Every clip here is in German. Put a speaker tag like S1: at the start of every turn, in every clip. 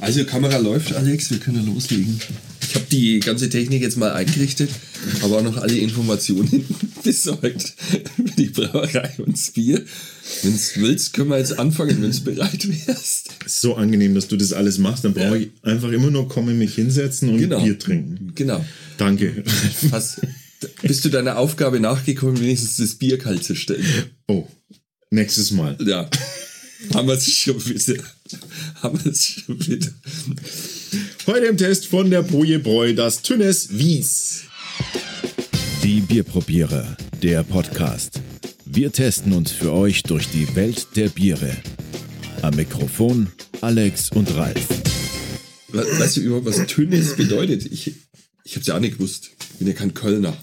S1: Also Kamera läuft, Alex, wir können loslegen. Ich habe die ganze Technik jetzt mal eingerichtet, aber auch noch alle Informationen besorgt über die Brauerei und das Bier. Wenn du willst, können wir jetzt anfangen, wenn du bereit wärst.
S2: Ist so angenehm, dass du das alles machst. Dann brauche ich einfach immer nur kommen, mich hinsetzen und
S1: Genau.
S2: Bier trinken.
S1: Genau.
S2: Danke.
S1: Hast, bist du deiner Aufgabe nachgekommen, wenigstens das Bier kalt zu stellen?
S2: Oh, nächstes Mal.
S1: Ja. Haben wir es schon wieder. Haben wir es schon wieder.
S2: Heute im Test von der Boje Bräu das Tünnes Wies.
S3: Die Bierprobierer, der Podcast. Wir testen uns für euch durch die Welt der Biere. Am Mikrofon Alex und Ralf.
S1: We- Weißt du überhaupt, was Tünnes bedeutet? Ich, ich habe es ja auch nicht gewusst. Ich bin ja kein Kölner.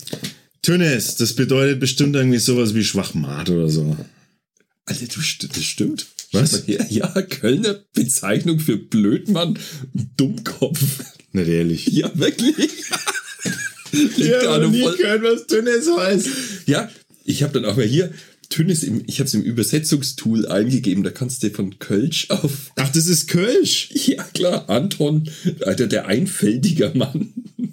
S2: Tünnes, das bedeutet bestimmt irgendwie sowas wie Schwachmat oder so.
S1: Alter, du, st- Also, das stimmt.
S2: Was?
S1: Schau mal her. Ja, Kölner Bezeichnung für Blödmann, Dummkopf.
S2: Nicht ehrlich.
S1: Ja, wirklich. Liegt da noch voll-
S2: gehört, was Tünnes heißt.
S1: ja, ich habe dann auch mal hier Tünnes, im, ich habe es im Übersetzungstool eingegeben. Da kannst du von Kölsch auf
S2: Ach, das ist Kölsch.
S1: Ja, klar, Anton, Alter, der einfältiger Mann.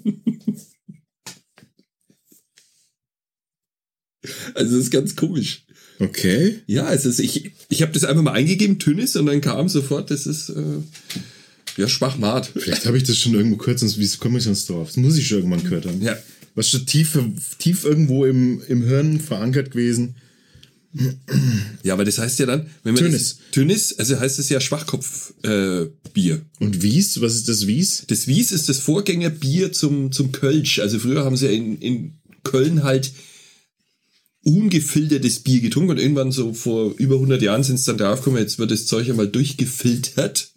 S1: Also, das ist ganz komisch.
S2: Okay.
S1: Ja, es ist, ich, ich habe das einfach mal eingegeben, Tünnis, und dann kam sofort, das ist, äh, ja, Schwachmat.
S2: Vielleicht habe ich das schon irgendwo gehört, sonst wieso komme ich sonst drauf? Das muss ich schon irgendwann gehört haben.
S1: Ja.
S2: Was schon tief, tief irgendwo im, im Hirn verankert gewesen.
S1: Ja, aber das heißt ja dann, wenn man.
S2: Tünnis.
S1: das- Tünnis, also heißt es ja Schwachkopfbier. Äh, Bier.
S2: Und Wies, was ist das Wies?
S1: das Wies ist das Vorgängerbier zum, zum Kölsch. Also früher haben sie ja in, in Köln halt ungefiltertes Bier getrunken und irgendwann so vor über 100 Jahren sind es dann draufgekommen, jetzt wird das Zeug einmal durchgefiltert.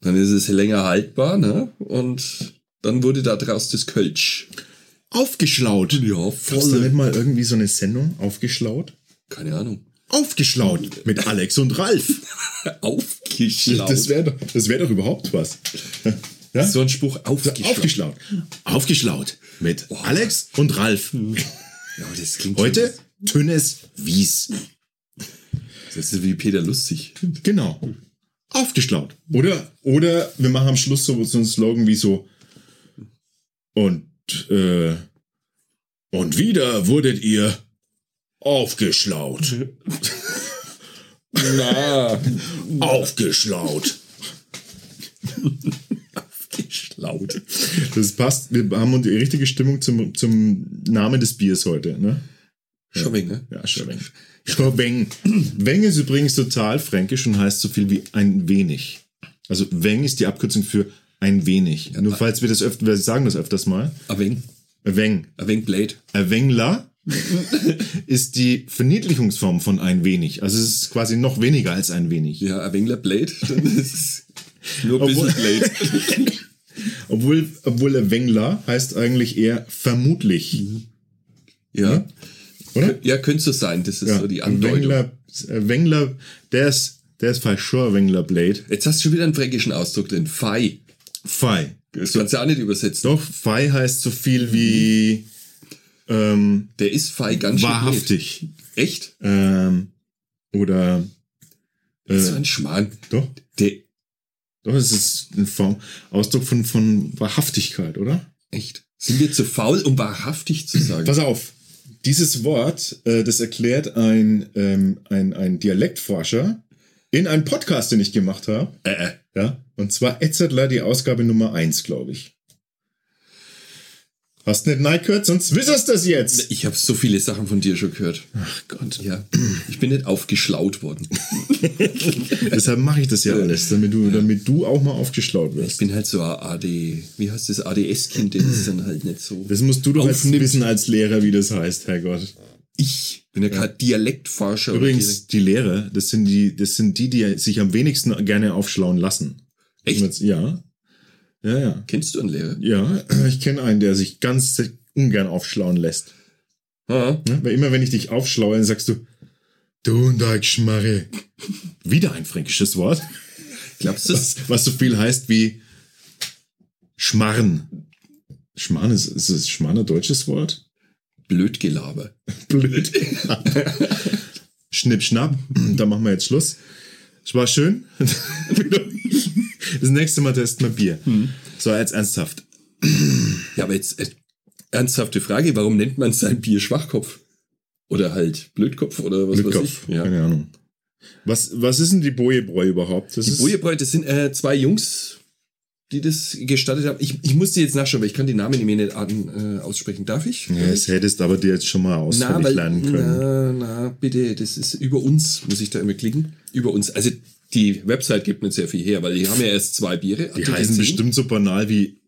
S1: Dann ist es länger haltbar, ne? Und dann wurde da draus das Kölsch.
S2: Aufgeschlaut.
S1: Ja,
S2: Gab's da nicht
S1: voll.
S2: mal irgendwie so eine Sendung? Aufgeschlaut?
S1: Keine Ahnung.
S2: Aufgeschlaut mit Alex und Ralf.
S1: Aufgeschlaut.
S2: Das wäre doch, das wär doch überhaupt was. Ja?
S1: so ein Spruch aufgeschlaut.
S2: Aufgeschlaut. Aufgeschlaut Hm, mit
S1: Boah.
S2: Alex und Ralf.
S1: Ja, aber das klingt
S2: Heute Tünnes Wies.
S1: Das ist wie Peter Lustig.
S2: Genau. Aufgeschlaut. Oder, oder wir machen am Schluss so, so einen Slogan wie so. Und, äh, und wieder wurdet ihr aufgeschlaut.
S1: Na,
S2: Aufgeschlaut.
S1: aufgeschlaut.
S2: Das passt. Wir haben die richtige Stimmung zum, zum Namen des Biers heute, ne?
S1: Schobing, ne?
S2: Ja, Schweng. Schweng. Weng ist übrigens total fränkisch und heißt so viel wie ein wenig. Also Weng ist die Abkürzung für ein wenig. Nur falls wir das öfter, wir sagen das öfters mal.
S1: Ein wenig,
S2: Weng.
S1: ein wenig Blade.
S2: Ein Äh, Wengler ist die Verniedlichungsform von ein wenig. Also es ist quasi noch weniger als ein wenig.
S1: Ja, ein weniger Blade. Dann ist es nur ein bisschen
S2: Obwohl-
S1: Blade.
S2: Obwohl, obwohl ein Wengler heißt eigentlich eher vermutlich,
S1: Mhm, Ja.
S2: oder?
S1: ja, könnte so sein. Das ist so die
S2: ein
S1: Andeutung.
S2: Wengler, ein Wengler, der ist, der ist falsch schon ein Wengler Blade.
S1: Jetzt hast du schon wieder einen fränkischen Ausdruck drin. Fei.
S2: Fei.
S1: Das kannst du auch nicht übersetzen.
S2: Doch, Fei heißt so viel
S1: Mhm.
S2: wie ähm,
S1: Der ist Fei ganz schön.
S2: wahrhaftig.
S1: blöd. Echt?
S2: Ähm, oder äh,
S1: Das ist so ein Schmarrn.
S2: doch,
S1: Der,
S2: doch, es ist ein Form, Ausdruck von, von Wahrhaftigkeit, oder?
S1: echt? Sind wir zu faul, um wahrhaftig zu sagen?
S2: Pass auf, dieses Wort, äh, das erklärt ein, ähm, ein, ein Dialektforscher in einem Podcast, den ich gemacht habe.
S1: Äh, äh.
S2: Ja, und zwar Etzettler, die Ausgabe Nummer 1, glaube ich. Hast nicht Nein gehört, sonst wissest du das jetzt.
S1: Ich habe so viele Sachen von dir schon gehört.
S2: Ach Gott.
S1: Ja. Ich bin nicht aufgeschlaut worden.
S2: Deshalb mache ich das ja alles, damit du, damit du auch mal aufgeschlaut
S1: Ich
S2: wirst.
S1: bin halt so ein AD, wie heißt das, ADS-Kind, der ist dann halt nicht so.
S2: Das musst du doch als
S1: Aufnimmt.
S2: wissen als Lehrer, wie das heißt, Herrgott.
S1: Ich bin ja kein Dialektforscher.
S2: Übrigens, die Lehrer, das sind die, das sind die, die sich am wenigsten gerne aufschlauen lassen.
S1: Echt?
S2: Ja. Ja, ja.
S1: Kennst du einen Lehrer?
S2: Ja, äh, ich kenne einen, der sich ganz ungern aufschlauen lässt.
S1: Ja.
S2: Ne? Weil immer, wenn ich dich aufschlaue, dann sagst du, du und dein Schmarre. Wieder ein fränkisches Wort,
S1: Glaubst du das?
S2: was, was so viel heißt wie Schmarren. Schmarren ist, ist das Schmarren ein deutsches Wort?
S1: Blödgelaber.
S2: blöd. Schnipp, schnapp. Da machen wir jetzt Schluss. Es war schön. Das nächste Mal testen wir Bier.
S1: Mhm.
S2: So, jetzt ernsthaft.
S1: Ja, aber jetzt äh, ernsthafte Frage, warum nennt man sein Bier Schwachkopf? Oder halt Blödkopf oder was
S2: Blödkopf.
S1: weiß ich. Ja.
S2: Keine Ahnung. Was, was ist denn die Bojebräu überhaupt? Das
S1: Die
S2: ist,
S1: Bojebräu, das sind äh, zwei Jungs, die das gestartet haben. Ich, ich musste jetzt nachschauen, weil ich kann die Namen nicht mehr an, äh, aussprechen. Darf ich?
S2: ja, das hättest aber dir jetzt schon mal auswendig lernen können.
S1: Na, na, bitte, das ist über uns, muss ich da immer klicken. Über uns. Also die Website gibt nicht sehr viel her, weil die haben ja erst zwei Biere.
S2: Die heißen bestimmt so banal wie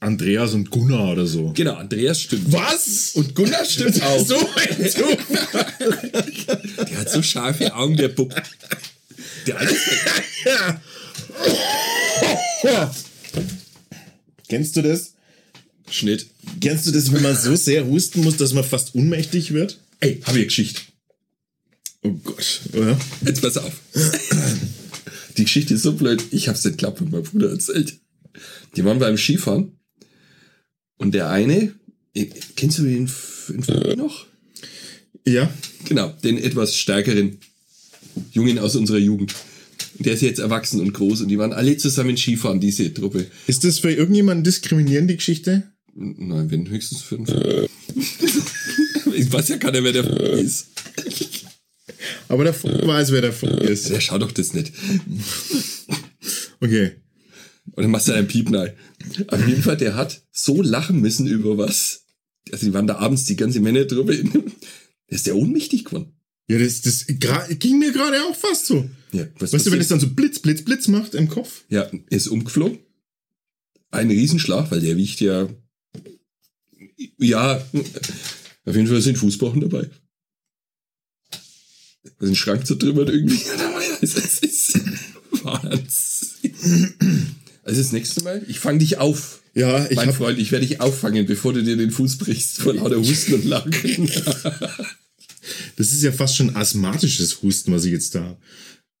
S2: Andreas und Gunnar oder so.
S1: Genau, Andreas stimmt.
S2: Was?
S1: Und Gunnar stimmt auch.
S2: So ein Zufall.
S1: Der hat so scharfe Augen, der Bub. Der alte
S2: Kennst du das?
S1: Schnitt.
S2: Kennst du das, wenn man so sehr husten muss, dass man fast ohnmächtig wird?
S1: Ey, hab ich eine Geschichte.
S2: Oh Gott. Ja.
S1: Jetzt pass auf. Die Geschichte ist so blöd. Ich hab's den Klapp meinem Bruder erzählt. Die waren beim Skifahren und der eine, eh, kennst du den F- in F- noch?
S2: ja.
S1: Genau, den etwas stärkeren Jungen aus unserer Jugend. Der ist jetzt erwachsen und groß und die waren alle zusammen Skifahren, diese Truppe.
S2: Ist das für irgendjemanden diskriminierend, die Geschichte?
S1: Nein, wenn höchstens fünf. ich weiß ja keiner, wer der F- ist.
S2: Aber der Fuck weiß, wer der Fuck ist.
S1: Der schaut doch das nicht.
S2: Okay.
S1: Und dann machst du einen Piep rein. Auf jeden Fall, der hat so lachen müssen über was. Also die waren da abends die ganze Menge drüber. Der ist der ohnmächtig geworden.
S2: Ja, das, das gra- ging mir gerade auch fast so.
S1: Ja, was
S2: Weißt du, wenn es
S1: passiert?
S2: dann so blitz, blitz, blitz macht im Kopf?
S1: ja, er ist umgeflogen. Ein Riesenschlag, weil der wiegt ja. Ja, auf jeden Fall sind Fußbrochen dabei. Also ein Schrank zertrümmert irgendwie. Das ist Wahnsinn. Also das nächste Mal, ich fange dich auf.
S2: Ja, ich
S1: mein
S2: habe
S1: Freund, ich werde dich auffangen, bevor du dir den Fuß brichst vor lauter Husten und Lachen.
S2: Das ist ja fast schon asthmatisches Husten, was ich jetzt da habe.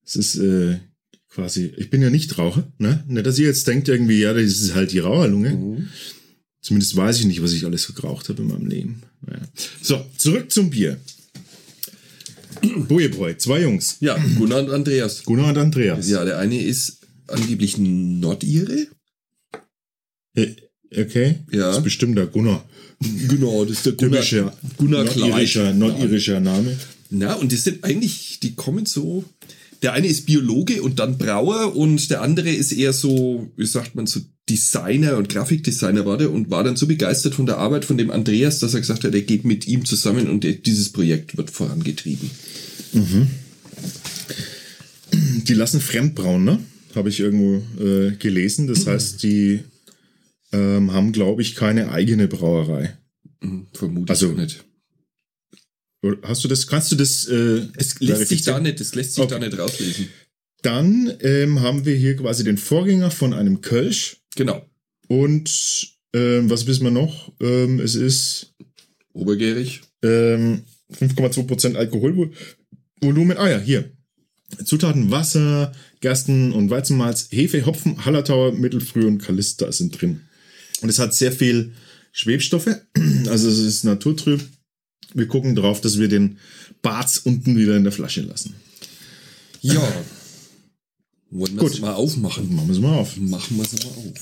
S2: Es ist äh, quasi, ich bin ja nicht Raucher, ne? Nicht, dass ihr jetzt denkt irgendwie, ja, das ist halt die Raucherlunge. Zumindest weiß ich nicht, was ich alles so geraucht habe in meinem Leben. Naja. So, zurück zum Bier. Bojebräu, zwei Jungs,
S1: ja, Gunnar und Andreas.
S2: Gunnar und Andreas.
S1: Ja, der eine ist angeblich Nordire.
S2: Äh, Okay,
S1: Ja.
S2: das ist bestimmt der Gunnar.
S1: Genau, das ist der
S2: Typischer,
S1: Gunnar
S2: nordirischer,
S1: Kleid.
S2: nordirischer Name.
S1: Na, und das sind eigentlich, die kommen so. Der eine ist Biologe und dann Brauer und der andere ist eher so, wie sagt man, so Designer und Grafikdesigner war der und war dann so begeistert von der Arbeit von dem Andreas, dass er gesagt hat, er geht mit ihm zusammen und der, dieses Projekt wird vorangetrieben.
S2: Die lassen fremdbrauen, ne? Habe ich irgendwo äh, gelesen. Das heißt, die ähm, haben, glaube ich, keine eigene Brauerei.
S1: Hm, Vermutlich
S2: Also,
S1: nicht.
S2: Oder Hast du das? Kannst du das? Äh,
S1: Es lässt sich da
S2: verifizieren?
S1: nicht, es lässt sich da
S2: Okay.
S1: nicht rauslesen.
S2: Dann ähm, haben wir hier quasi den Vorgänger von einem Kölsch
S1: Genau.
S2: und ähm, was wissen wir noch? Ähm, es ist
S1: Obergärig.
S2: ähm, 5,2% Alkoholvolumen. Ah ja, hier. Zutaten Wasser, Gersten und Weizenmalz, Hefe, Hopfen, Hallertauer, Mittelfrüh und Kalister sind drin. Und es hat sehr viel Schwebstoffe, also es ist naturtrüb. Wir gucken drauf, dass wir den Barz unten wieder in der Flasche lassen.
S1: Ja. Wollen wir es
S2: Gut.
S1: mal aufmachen?
S2: Machen wir es mal auf.
S1: Machen wir es mal auf.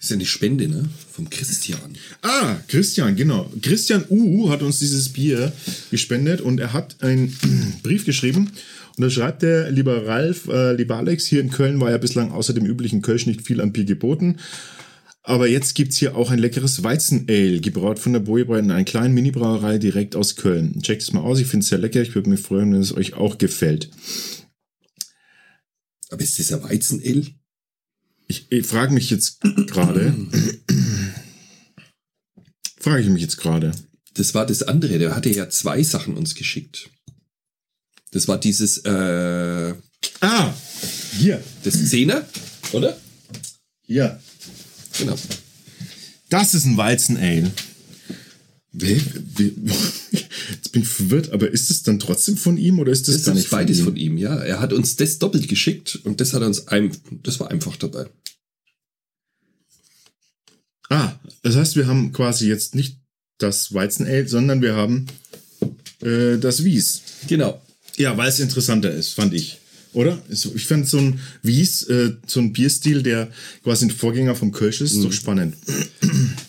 S1: Ist ja eine Spende, ne? Vom Christian.
S2: Ah, Christian, genau. Christian U hat uns dieses Bier gespendet und er hat einen Brief geschrieben. Und da schreibt er, lieber Ralf, äh, lieber Alex, hier in Köln war ja bislang außer dem üblichen Kölsch nicht viel an Bier geboten. Aber jetzt gibt's hier auch ein leckeres Weizen-Ale, gebraut von der Bojebrei in einer kleinen Mini-Brauerei direkt aus Köln. Checkt es mal aus, ich finde es sehr lecker. Ich würde mich freuen, wenn es euch auch gefällt.
S1: Aber ist das ein Weizenel?
S2: Ich, ich frage mich jetzt gerade. frage ich mich jetzt gerade.
S1: Das war das andere. Der hatte ja zwei Sachen uns geschickt. Das war dieses, äh,
S2: Ah, hier,
S1: das Zehner, oder?
S2: hier.
S1: Genau.
S2: Das ist ein Weizen-Ale. Wer- wer- Jetzt bin ich verwirrt, aber ist es dann trotzdem von ihm oder ist das,
S1: Das,
S2: gar
S1: ist
S2: nicht
S1: beides
S2: von
S1: von
S2: ihm?
S1: ihm, ja. Er hat uns das doppelt geschickt und das hat er uns ein, das war einfach dabei.
S2: Ah, das heißt, wir haben quasi jetzt nicht das Weizen-Ale, sondern wir haben äh, das Wies.
S1: Genau.
S2: Ja, weil es interessanter ist, fand ich. Oder? Ist- Ich fand so ein Wies, äh, so ein Bierstil, der quasi ein Vorgänger vom Kölsch ist,
S1: Mhm.
S2: doch spannend.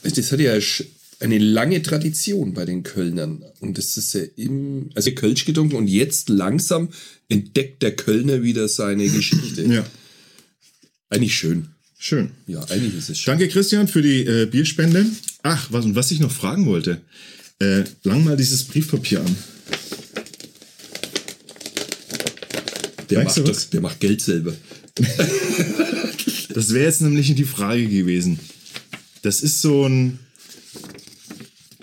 S1: Das hat ja sch- eine lange Tradition bei den Kölnern. Und das ist ja im, also Kölsch getrunken und jetzt langsam entdeckt der Kölner wieder seine Geschichte.
S2: Ja,
S1: Eigentlich schön.
S2: schön.
S1: Ja, eigentlich ist es schön.
S2: Danke, Christian, für die äh, Bierspende. Ach, was, und was ich noch fragen wollte. Äh, lang mal dieses Briefpapier an.
S1: Der
S2: merkst
S1: macht,
S2: du
S1: das, der macht Geld selber.
S2: Das wäre jetzt nämlich die Frage gewesen. Das ist so ein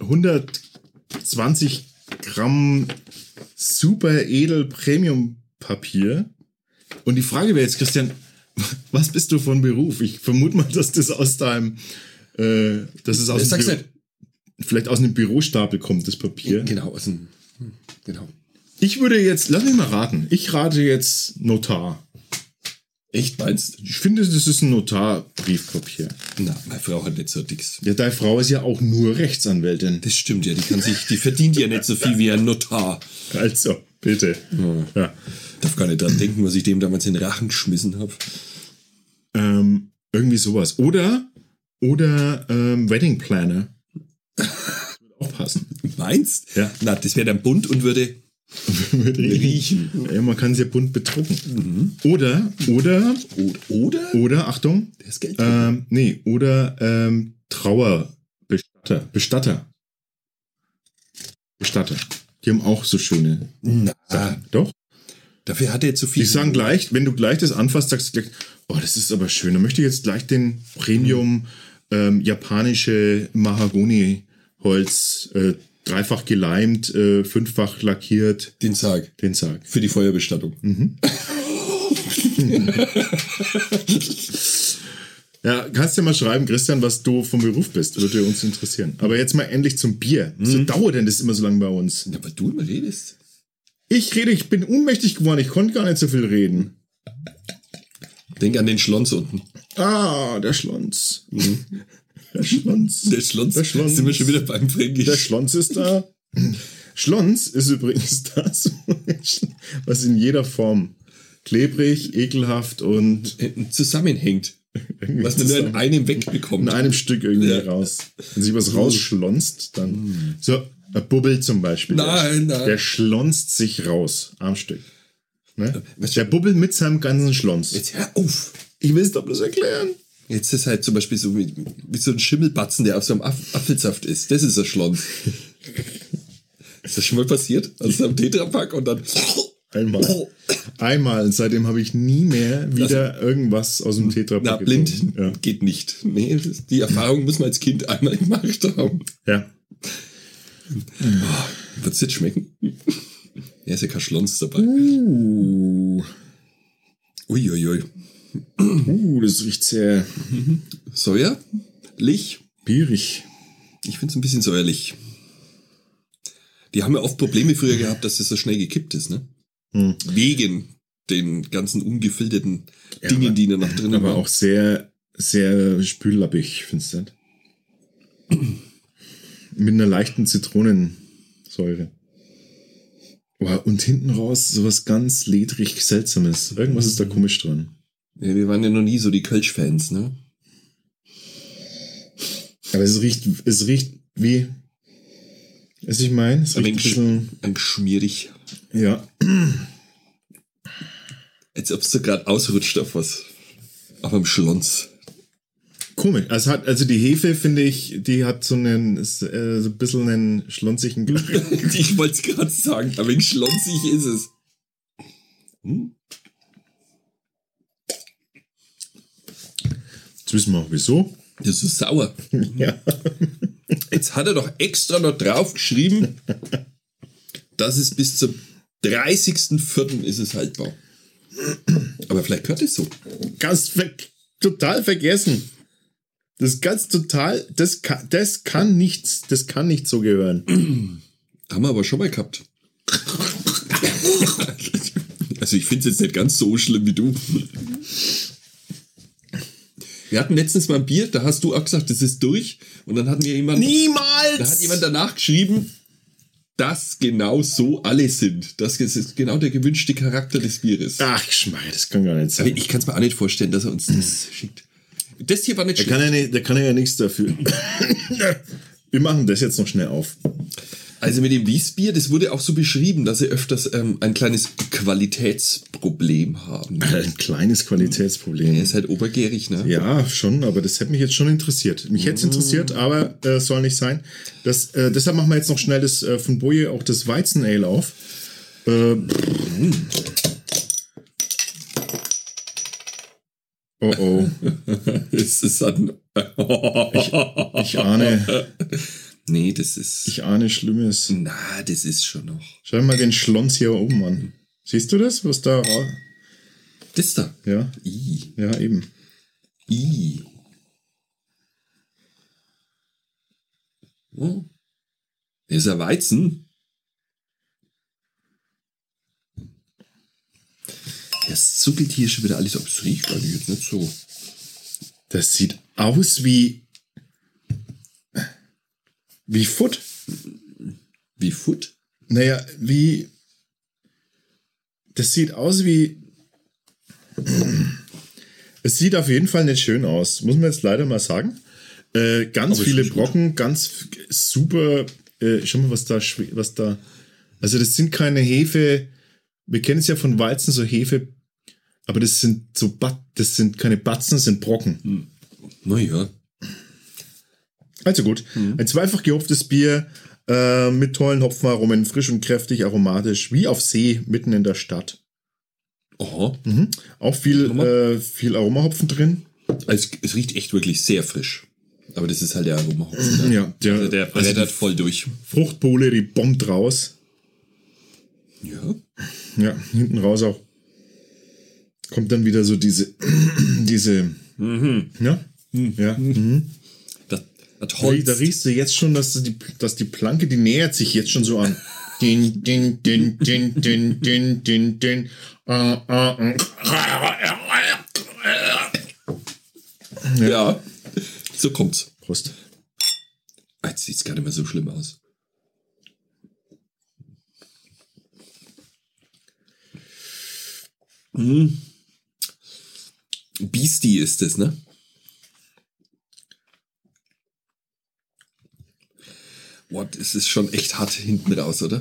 S2: 120 Gramm super edel Premium Papier. Und die Frage wäre jetzt, Christian, was bist du von Beruf? Ich vermute mal, dass das aus deinem, äh, dass es
S1: Das
S2: aus dem
S1: sagst
S2: Büro,
S1: nicht.
S2: vielleicht aus einem Bürostapel kommt, das Papier.
S1: Genau, aus dem, hm, genau.
S2: Ich würde jetzt, lass mich mal raten. Ich rate jetzt Notar.
S1: Echt meinst
S2: Ich finde, das ist ein Notarbriefpapier.
S1: Na, meine Frau hat nicht so dicks.
S2: Ja, deine Frau ist ja auch nur Rechtsanwältin.
S1: Das stimmt ja, die kann sich, die verdient ja nicht so viel wie ein Notar.
S2: Also, bitte. Ja.
S1: Darf gar nicht dran denken, was ich dem damals in den Rachen geschmissen habe.
S2: Ähm, irgendwie sowas. Oder, oder ähm, Wedding Planner. Würde auch passen.
S1: Meinst?
S2: Ja.
S1: Na, das wäre dann bunt und würde
S2: Würde
S1: Riechen.
S2: Ja, man kann sie ja bunt bedrucken. Oder, oder,
S1: Oder, oder
S2: oder, Achtung,
S1: das Geld.
S2: ähm, nee, oder ähm, Trauerbestatter. Bestatter. Bestatter. Die haben auch so schöne
S1: Na,
S2: Sachen. Doch. Ah.
S1: dafür hat er zu viel.
S2: Die sagen gleich, wenn du gleich das anfasst, sagst du gleich, oh, das ist aber schön. Da möchte ich jetzt gleich den Premium ähm, japanische Mahagoni-Holz, äh, dreifach geleimt, äh, fünffach lackiert,
S1: den Sarg
S2: den Sarg.
S1: für die Feuerbestattung.
S2: Hm. Ja, kannst du mal schreiben, Christian, was du vom Beruf bist. Würde uns interessieren. Aber jetzt mal endlich zum Bier. Wieso dauert denn das immer so lange bei uns?
S1: Ja, aber du immer redest.
S2: Ich rede, ich bin ohnmächtig geworden. Ich konnte gar nicht so viel reden.
S1: Denk an den Schlons unten.
S2: Ah, der Schlons. Der Schlons.
S1: Der Schlons.
S2: Der Schlons.
S1: Sind wir schon wieder beim
S2: Der
S1: Fränkisch.
S2: Schlons ist da. Schlons ist übrigens das, was in jeder Form klebrig, ekelhaft und
S1: Äh, Zusammenhängt.
S2: irgendwie
S1: Was man nur in
S2: zusammen-
S1: einem
S2: in
S1: wegbekommt.
S2: einem Stück irgendwie
S1: Ja. Hm.
S2: raus. Wenn sich was rausschlonzt, dann. So, ein Bubbel zum Beispiel.
S1: Nein,
S2: der,
S1: nein.
S2: Der schlonzt sich raus. am Stück. Ne?
S1: Was-
S2: Der Bubbel mit seinem ganzen Schlons.
S1: Jetzt hör auf.
S2: Ich will es doch bloß erklären.
S1: Jetzt ist halt zum Beispiel so wie, wie so ein Schimmelbatzen, der auf so einem Aff Apfelsaft ist. Das ist der Schlons. ist das schon mal passiert? Also am Tetrapack und dann.
S2: Einmal.
S1: Oh.
S2: Einmal. Und seitdem habe ich nie mehr wieder irgendwas aus dem Tetra
S1: Na, blind geht nicht. Nee, das ist- die Erfahrung muss man als Kind einmal gemacht haben.
S2: Ja. ja.
S1: Wird es jetzt schmecken? Er ist ja kein Schlons dabei.
S2: Uh,
S1: Uiuiui.
S2: uh, das riecht sehr
S1: Säuerlich?
S2: bierig.
S1: Ich finde es ein bisschen säuerlich. Die haben ja oft Probleme früher gehabt, dass es so schnell gekippt ist, ne?
S2: Hm.
S1: Wegen den ganzen ungefilterten
S2: Ja,
S1: Dingen,
S2: aber-
S1: die da noch drin
S2: Aber
S1: waren.
S2: auch sehr, sehr spüllappig, findest du nicht? Mit einer leichten Zitronensäure. Wow, und hinten raus sowas ganz ledrig Seltsames. Irgendwas ist da komisch dran.
S1: Ja, wir waren ja noch nie so die Kölsch-Fans, ne?
S2: Aber es riecht, es riecht wie. Was ich meine? Es
S1: Ein
S2: riecht
S1: wenig
S2: ein bisschen.
S1: ein schmierig.
S2: Ja.
S1: Als ob es so gerade ausrutscht auf was. Auf einem Schlons.
S2: Komisch. Also, hat, also die Hefe, finde ich, die hat so einen äh, so ein bisschen einen schlonzigen Geruch.
S1: Ich wollte es gerade sagen, aber wenig schlonzig ist es. Hm?
S2: Jetzt wissen wir auch wieso.
S1: Das ist sauer.
S2: Ja.
S1: Jetzt hat er doch extra noch draufgeschrieben, dass es bis zum 30.04. ist es haltbar. Aber vielleicht gehört es so.
S2: Ganz ver total vergessen. Das ist ganz total, das kann, das kann nichts, das kann nicht so gehören.
S1: Haben wir aber schon mal gehabt. Also ich finde es jetzt nicht ganz so schlimm wie du. Wir hatten letztens mal ein Bier, da hast du auch gesagt, das ist durch. Und dann hat mir jemand, da hat
S2: Niemals!
S1: jemand danach geschrieben, das genau so alle sind. Das ist genau der gewünschte Charakter des Bieres.
S2: Ach, Schmei, das kann gar nicht
S1: Nee,
S2: sein.
S1: Ich kann es mir auch nicht vorstellen, dass er uns das schickt. Das hier war nicht
S2: Da kann
S1: schlecht.
S2: er, nicht, da kann er ja nichts dafür. Wir machen das jetzt noch schnell auf.
S1: Also mit dem Wiesbier, das wurde auch so beschrieben, dass sie öfters ähm, ein kleines Qualitätsproblem haben.
S2: Ein kleines Qualitätsproblem.
S1: Er ist halt obergierig, ne?
S2: Ja, schon, aber das hätte mich jetzt schon interessiert. Mich hätte es interessiert, aber äh, soll nicht sein. Das, äh, deshalb machen wir jetzt noch schnell das äh, von Boje auch das Weizen Ale auf. Äh, oh oh,
S1: Das ist ein
S2: ich ahne,
S1: nee, das ist.
S2: ich ahne Schlimmes.
S1: na, das ist schon noch.
S2: Schau mal den Schlons hier oben an. Siehst du das, was da? ra-
S1: Das da.
S2: Ja,
S1: I.
S2: ja eben.
S1: I. Oh. Das ist ein Weizen. Das zuckelt hier schon wieder alles, ob es riecht eigentlich jetzt nicht so.
S2: Das sieht aus wie wie Foot.
S1: Wie Foot?
S2: Naja, wie. Das sieht aus wie. Es sieht auf jeden Fall nicht schön aus, muss man jetzt leider mal sagen. Äh, ganz
S1: Aber es
S2: viele
S1: riecht gut.
S2: Brocken, ganz f- super. Äh, schau mal, was da, schwe- was da. Also, das sind keine Hefe. Wir kennen es ja von Weizen, so Hefe. Aber das sind so Bat das sind keine Batzen, das sind Brocken.
S1: Naja.
S2: Also gut, ein zweifach gehopftes Bier äh, mit tollen Hopfenaromen, frisch und kräftig, aromatisch, wie auf See, mitten in der Stadt.
S1: Aha.
S2: Auch viel,
S1: Aroma?
S2: äh, viel Aromahopfen drin.
S1: Also es, es riecht echt wirklich sehr frisch. Aber das ist halt der Aromahopfen. ne?
S2: Ja, der,
S1: Also der
S2: also
S1: brettert
S2: die
S1: voll durch.
S2: Fruchtpole, die bombt raus.
S1: Ja.
S2: Ja, hinten raus auch. Kommt dann wieder so diese, diese,
S1: Mhm.
S2: ja, ja.
S1: Das, das
S2: Da, da
S1: Holz.
S2: riechst du jetzt schon, dass die, dass die Planke, die nähert sich jetzt schon so an. Din, din, din, din, din, din, din, din. Äh, äh, äh.
S1: ja. So kommt's.
S2: Prost.
S1: Ah, Jetzt sieht's gar nicht mehr so schlimm aus. Mhm. Beastie ist es, ne? What, es ist schon echt hart hinten raus, oder?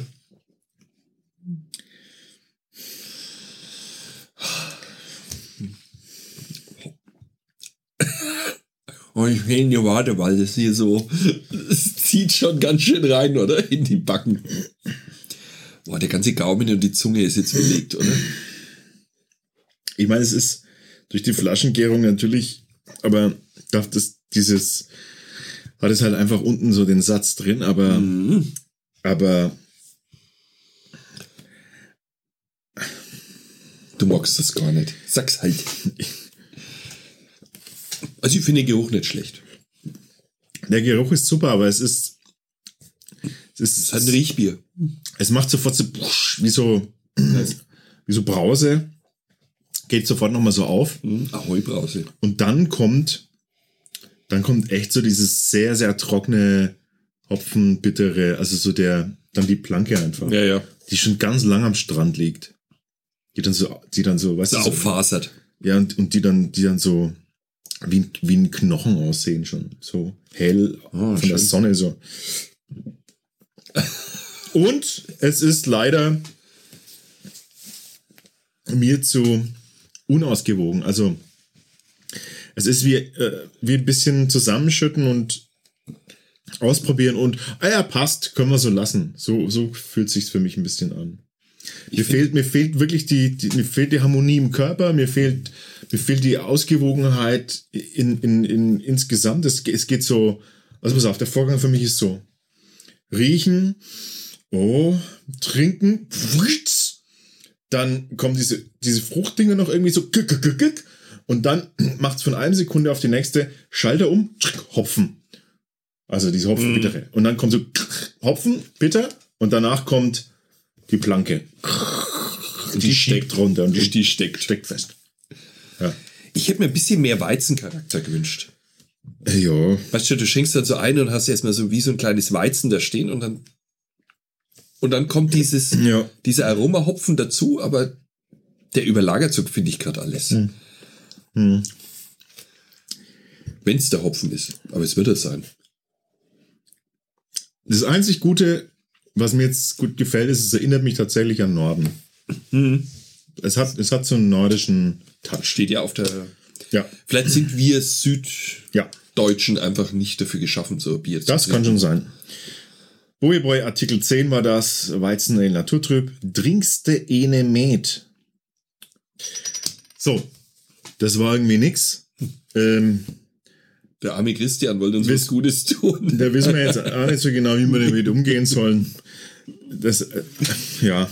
S1: Oh, ich will in die Warte, weil das hier so, es zieht schon ganz schön rein, oder? In die Backen. Boah, der ganze Gaumen und die Zunge ist jetzt belegt, oder?
S2: Ich meine, es ist durch die Flaschengärung natürlich, aber darf das dieses, hat es halt einfach unten so den Satz drin, aber,
S1: Mhm.
S2: aber
S1: Du magst das gar nicht. Sag's halt. Also ich finde den Geruch nicht schlecht.
S2: der Geruch ist super, aber es ist, es ist,
S1: Es hat ein Riechbier.
S2: es macht sofort so, pusch, wie so, wie so Brause, geht sofort nochmal so auf
S1: Mhm. Ahoi Brause.
S2: und dann kommt, dann kommt echt so dieses sehr, sehr trockene Hopfen, bittere, also so der, dann die Planke einfach.
S1: ja.
S2: die schon ganz lang am Strand liegt. Die dann so, die dann so, weißt
S1: Ist
S2: du, so,
S1: auffasert.
S2: ja, und, und die dann, die dann so wie, ein- wie ein Knochen aussehen schon. So hell
S1: Ah,
S2: von der
S1: schön.
S2: Sonne so. Und es ist leider mir zu unausgewogen. Also es ist wie, äh, wie ein bisschen zusammenschütten und ausprobieren und, ah ja, passt, können wir so lassen. So, so fühlt sich's für mich ein bisschen an. Mir fehlt, mir fehlt wirklich die, die, mir fehlt die Harmonie im Körper, mir fehlt, mir fehlt die Ausgewogenheit in, in, in, insgesamt. Es, ge- es geht so, also pass auf, der Vorgang für mich ist so. Riechen, oh, trinken, wutz. dann kommen diese, diese Fruchtdinger noch irgendwie so, kick, kick, kick, kick. und dann macht's von einer Sekunde auf die nächste, Schalter um, tschick, Hopfen. Also diese Hopfenbittere. Und dann kommt so krr, Hopfen, bitter, und danach kommt die Planke. Die, steckt runter und die,
S1: Die steckt.
S2: steckt fest.
S1: Ich hätte mir ein bisschen mehr Weizencharakter gewünscht.
S2: Ja.
S1: Weißt du, du schenkst dann so ein und hast erstmal so wie so ein kleines Weizen da stehen und dann und dann kommt dieses,
S2: Ja.
S1: dieser Aroma-Hopfen dazu, aber der überlagert so, finde ich, gerade alles. Wenn's Mhm. Wenn es der Hopfen ist, aber es wird es sein.
S2: Das einzig Gute, was mir jetzt gut gefällt, ist, es erinnert mich tatsächlich an Norden. Mhm. Es, hat, es hat so einen nordischen Touch.
S1: Steht ja auf der.
S2: Ja,
S1: Vielleicht sind wir Süddeutschen
S2: ja,
S1: einfach nicht dafür geschaffen, so Bier zu
S2: das kann
S1: trinken.
S2: schon sein. Boyboy Artikel 10 war das, Weizen Ale Naturtrüb, Drinkste ene Met. So, das war irgendwie nix. Ähm,
S1: Der arme Christian wollte uns
S2: Wiss-
S1: was Gutes tun.
S2: Da wissen wir jetzt auch nicht so genau, wie wir damit umgehen sollen. Das, äh, ja,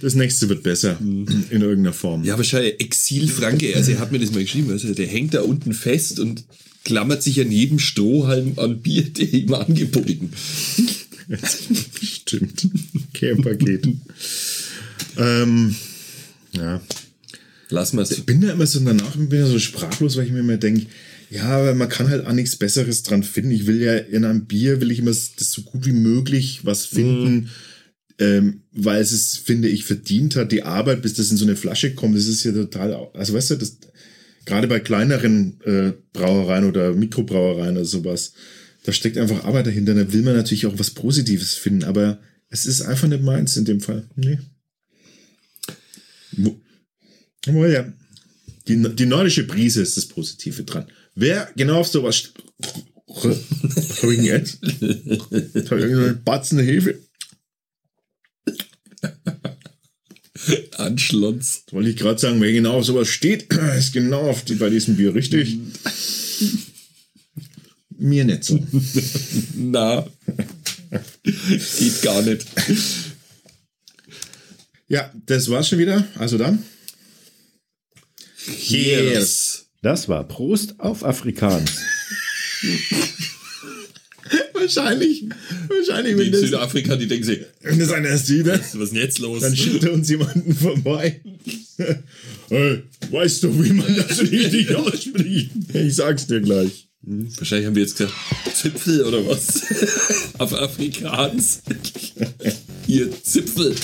S2: das nächste wird besser in irgendeiner Form.
S1: Ja, wahrscheinlich Exil Franke. Also er hat mir das mal geschrieben. Also der hängt da unten fest und klammert sich an jedem Strohhalm an Bier, der ihm angeboten.
S2: Stimmt. Care-Paket. ähm, ja.
S1: Lass mal
S2: Bin da immer so danach bin da so sprachlos, weil ich mir immer denke, ja, aber man kann halt auch nichts Besseres dran finden. Ich will ja in einem Bier, will ich immer s- das so gut wie möglich was finden, ähm, weil es es, finde ich, verdient hat, die Arbeit, bis das in so eine Flasche kommt. Das ist ja total, au- also weißt du, das, gerade bei kleineren äh, Brauereien oder Mikrobrauereien oder sowas, da steckt einfach Arbeit dahinter. Da will man natürlich auch was Positives finden, aber es ist einfach nicht meins in dem Fall. Nee. Wo- Oh ja. Die, die nordische Brise ist das Positive dran. Wer genau auf sowas. st- Hab ich ihn jetzt? Hab ich irgendeine batzende Hefe?
S1: Anschlons.
S2: Wollte ich gerade sagen, wer genau auf sowas steht, ist genau auf die, bei diesem Bier richtig. Mir nicht so.
S1: Na. Geht gar nicht.
S2: Ja, das war's schon wieder. Also dann. Cheers.
S4: Das war Prost auf Afrikaans.
S2: Wahrscheinlich, wahrscheinlich,
S1: Die
S2: wenn
S1: in
S2: das,
S1: Südafrika, die denken sich,
S2: wenn das einer ne? ist, die, das-
S1: was ist denn jetzt los?
S2: Dann schickt er uns jemanden vorbei. hey, weißt du, wie man das richtig ausspricht? Ich sag's dir gleich.
S1: Wahrscheinlich haben wir jetzt gesagt, Zipfel oder was? Auf Afrikaans. Ihr Zipfel.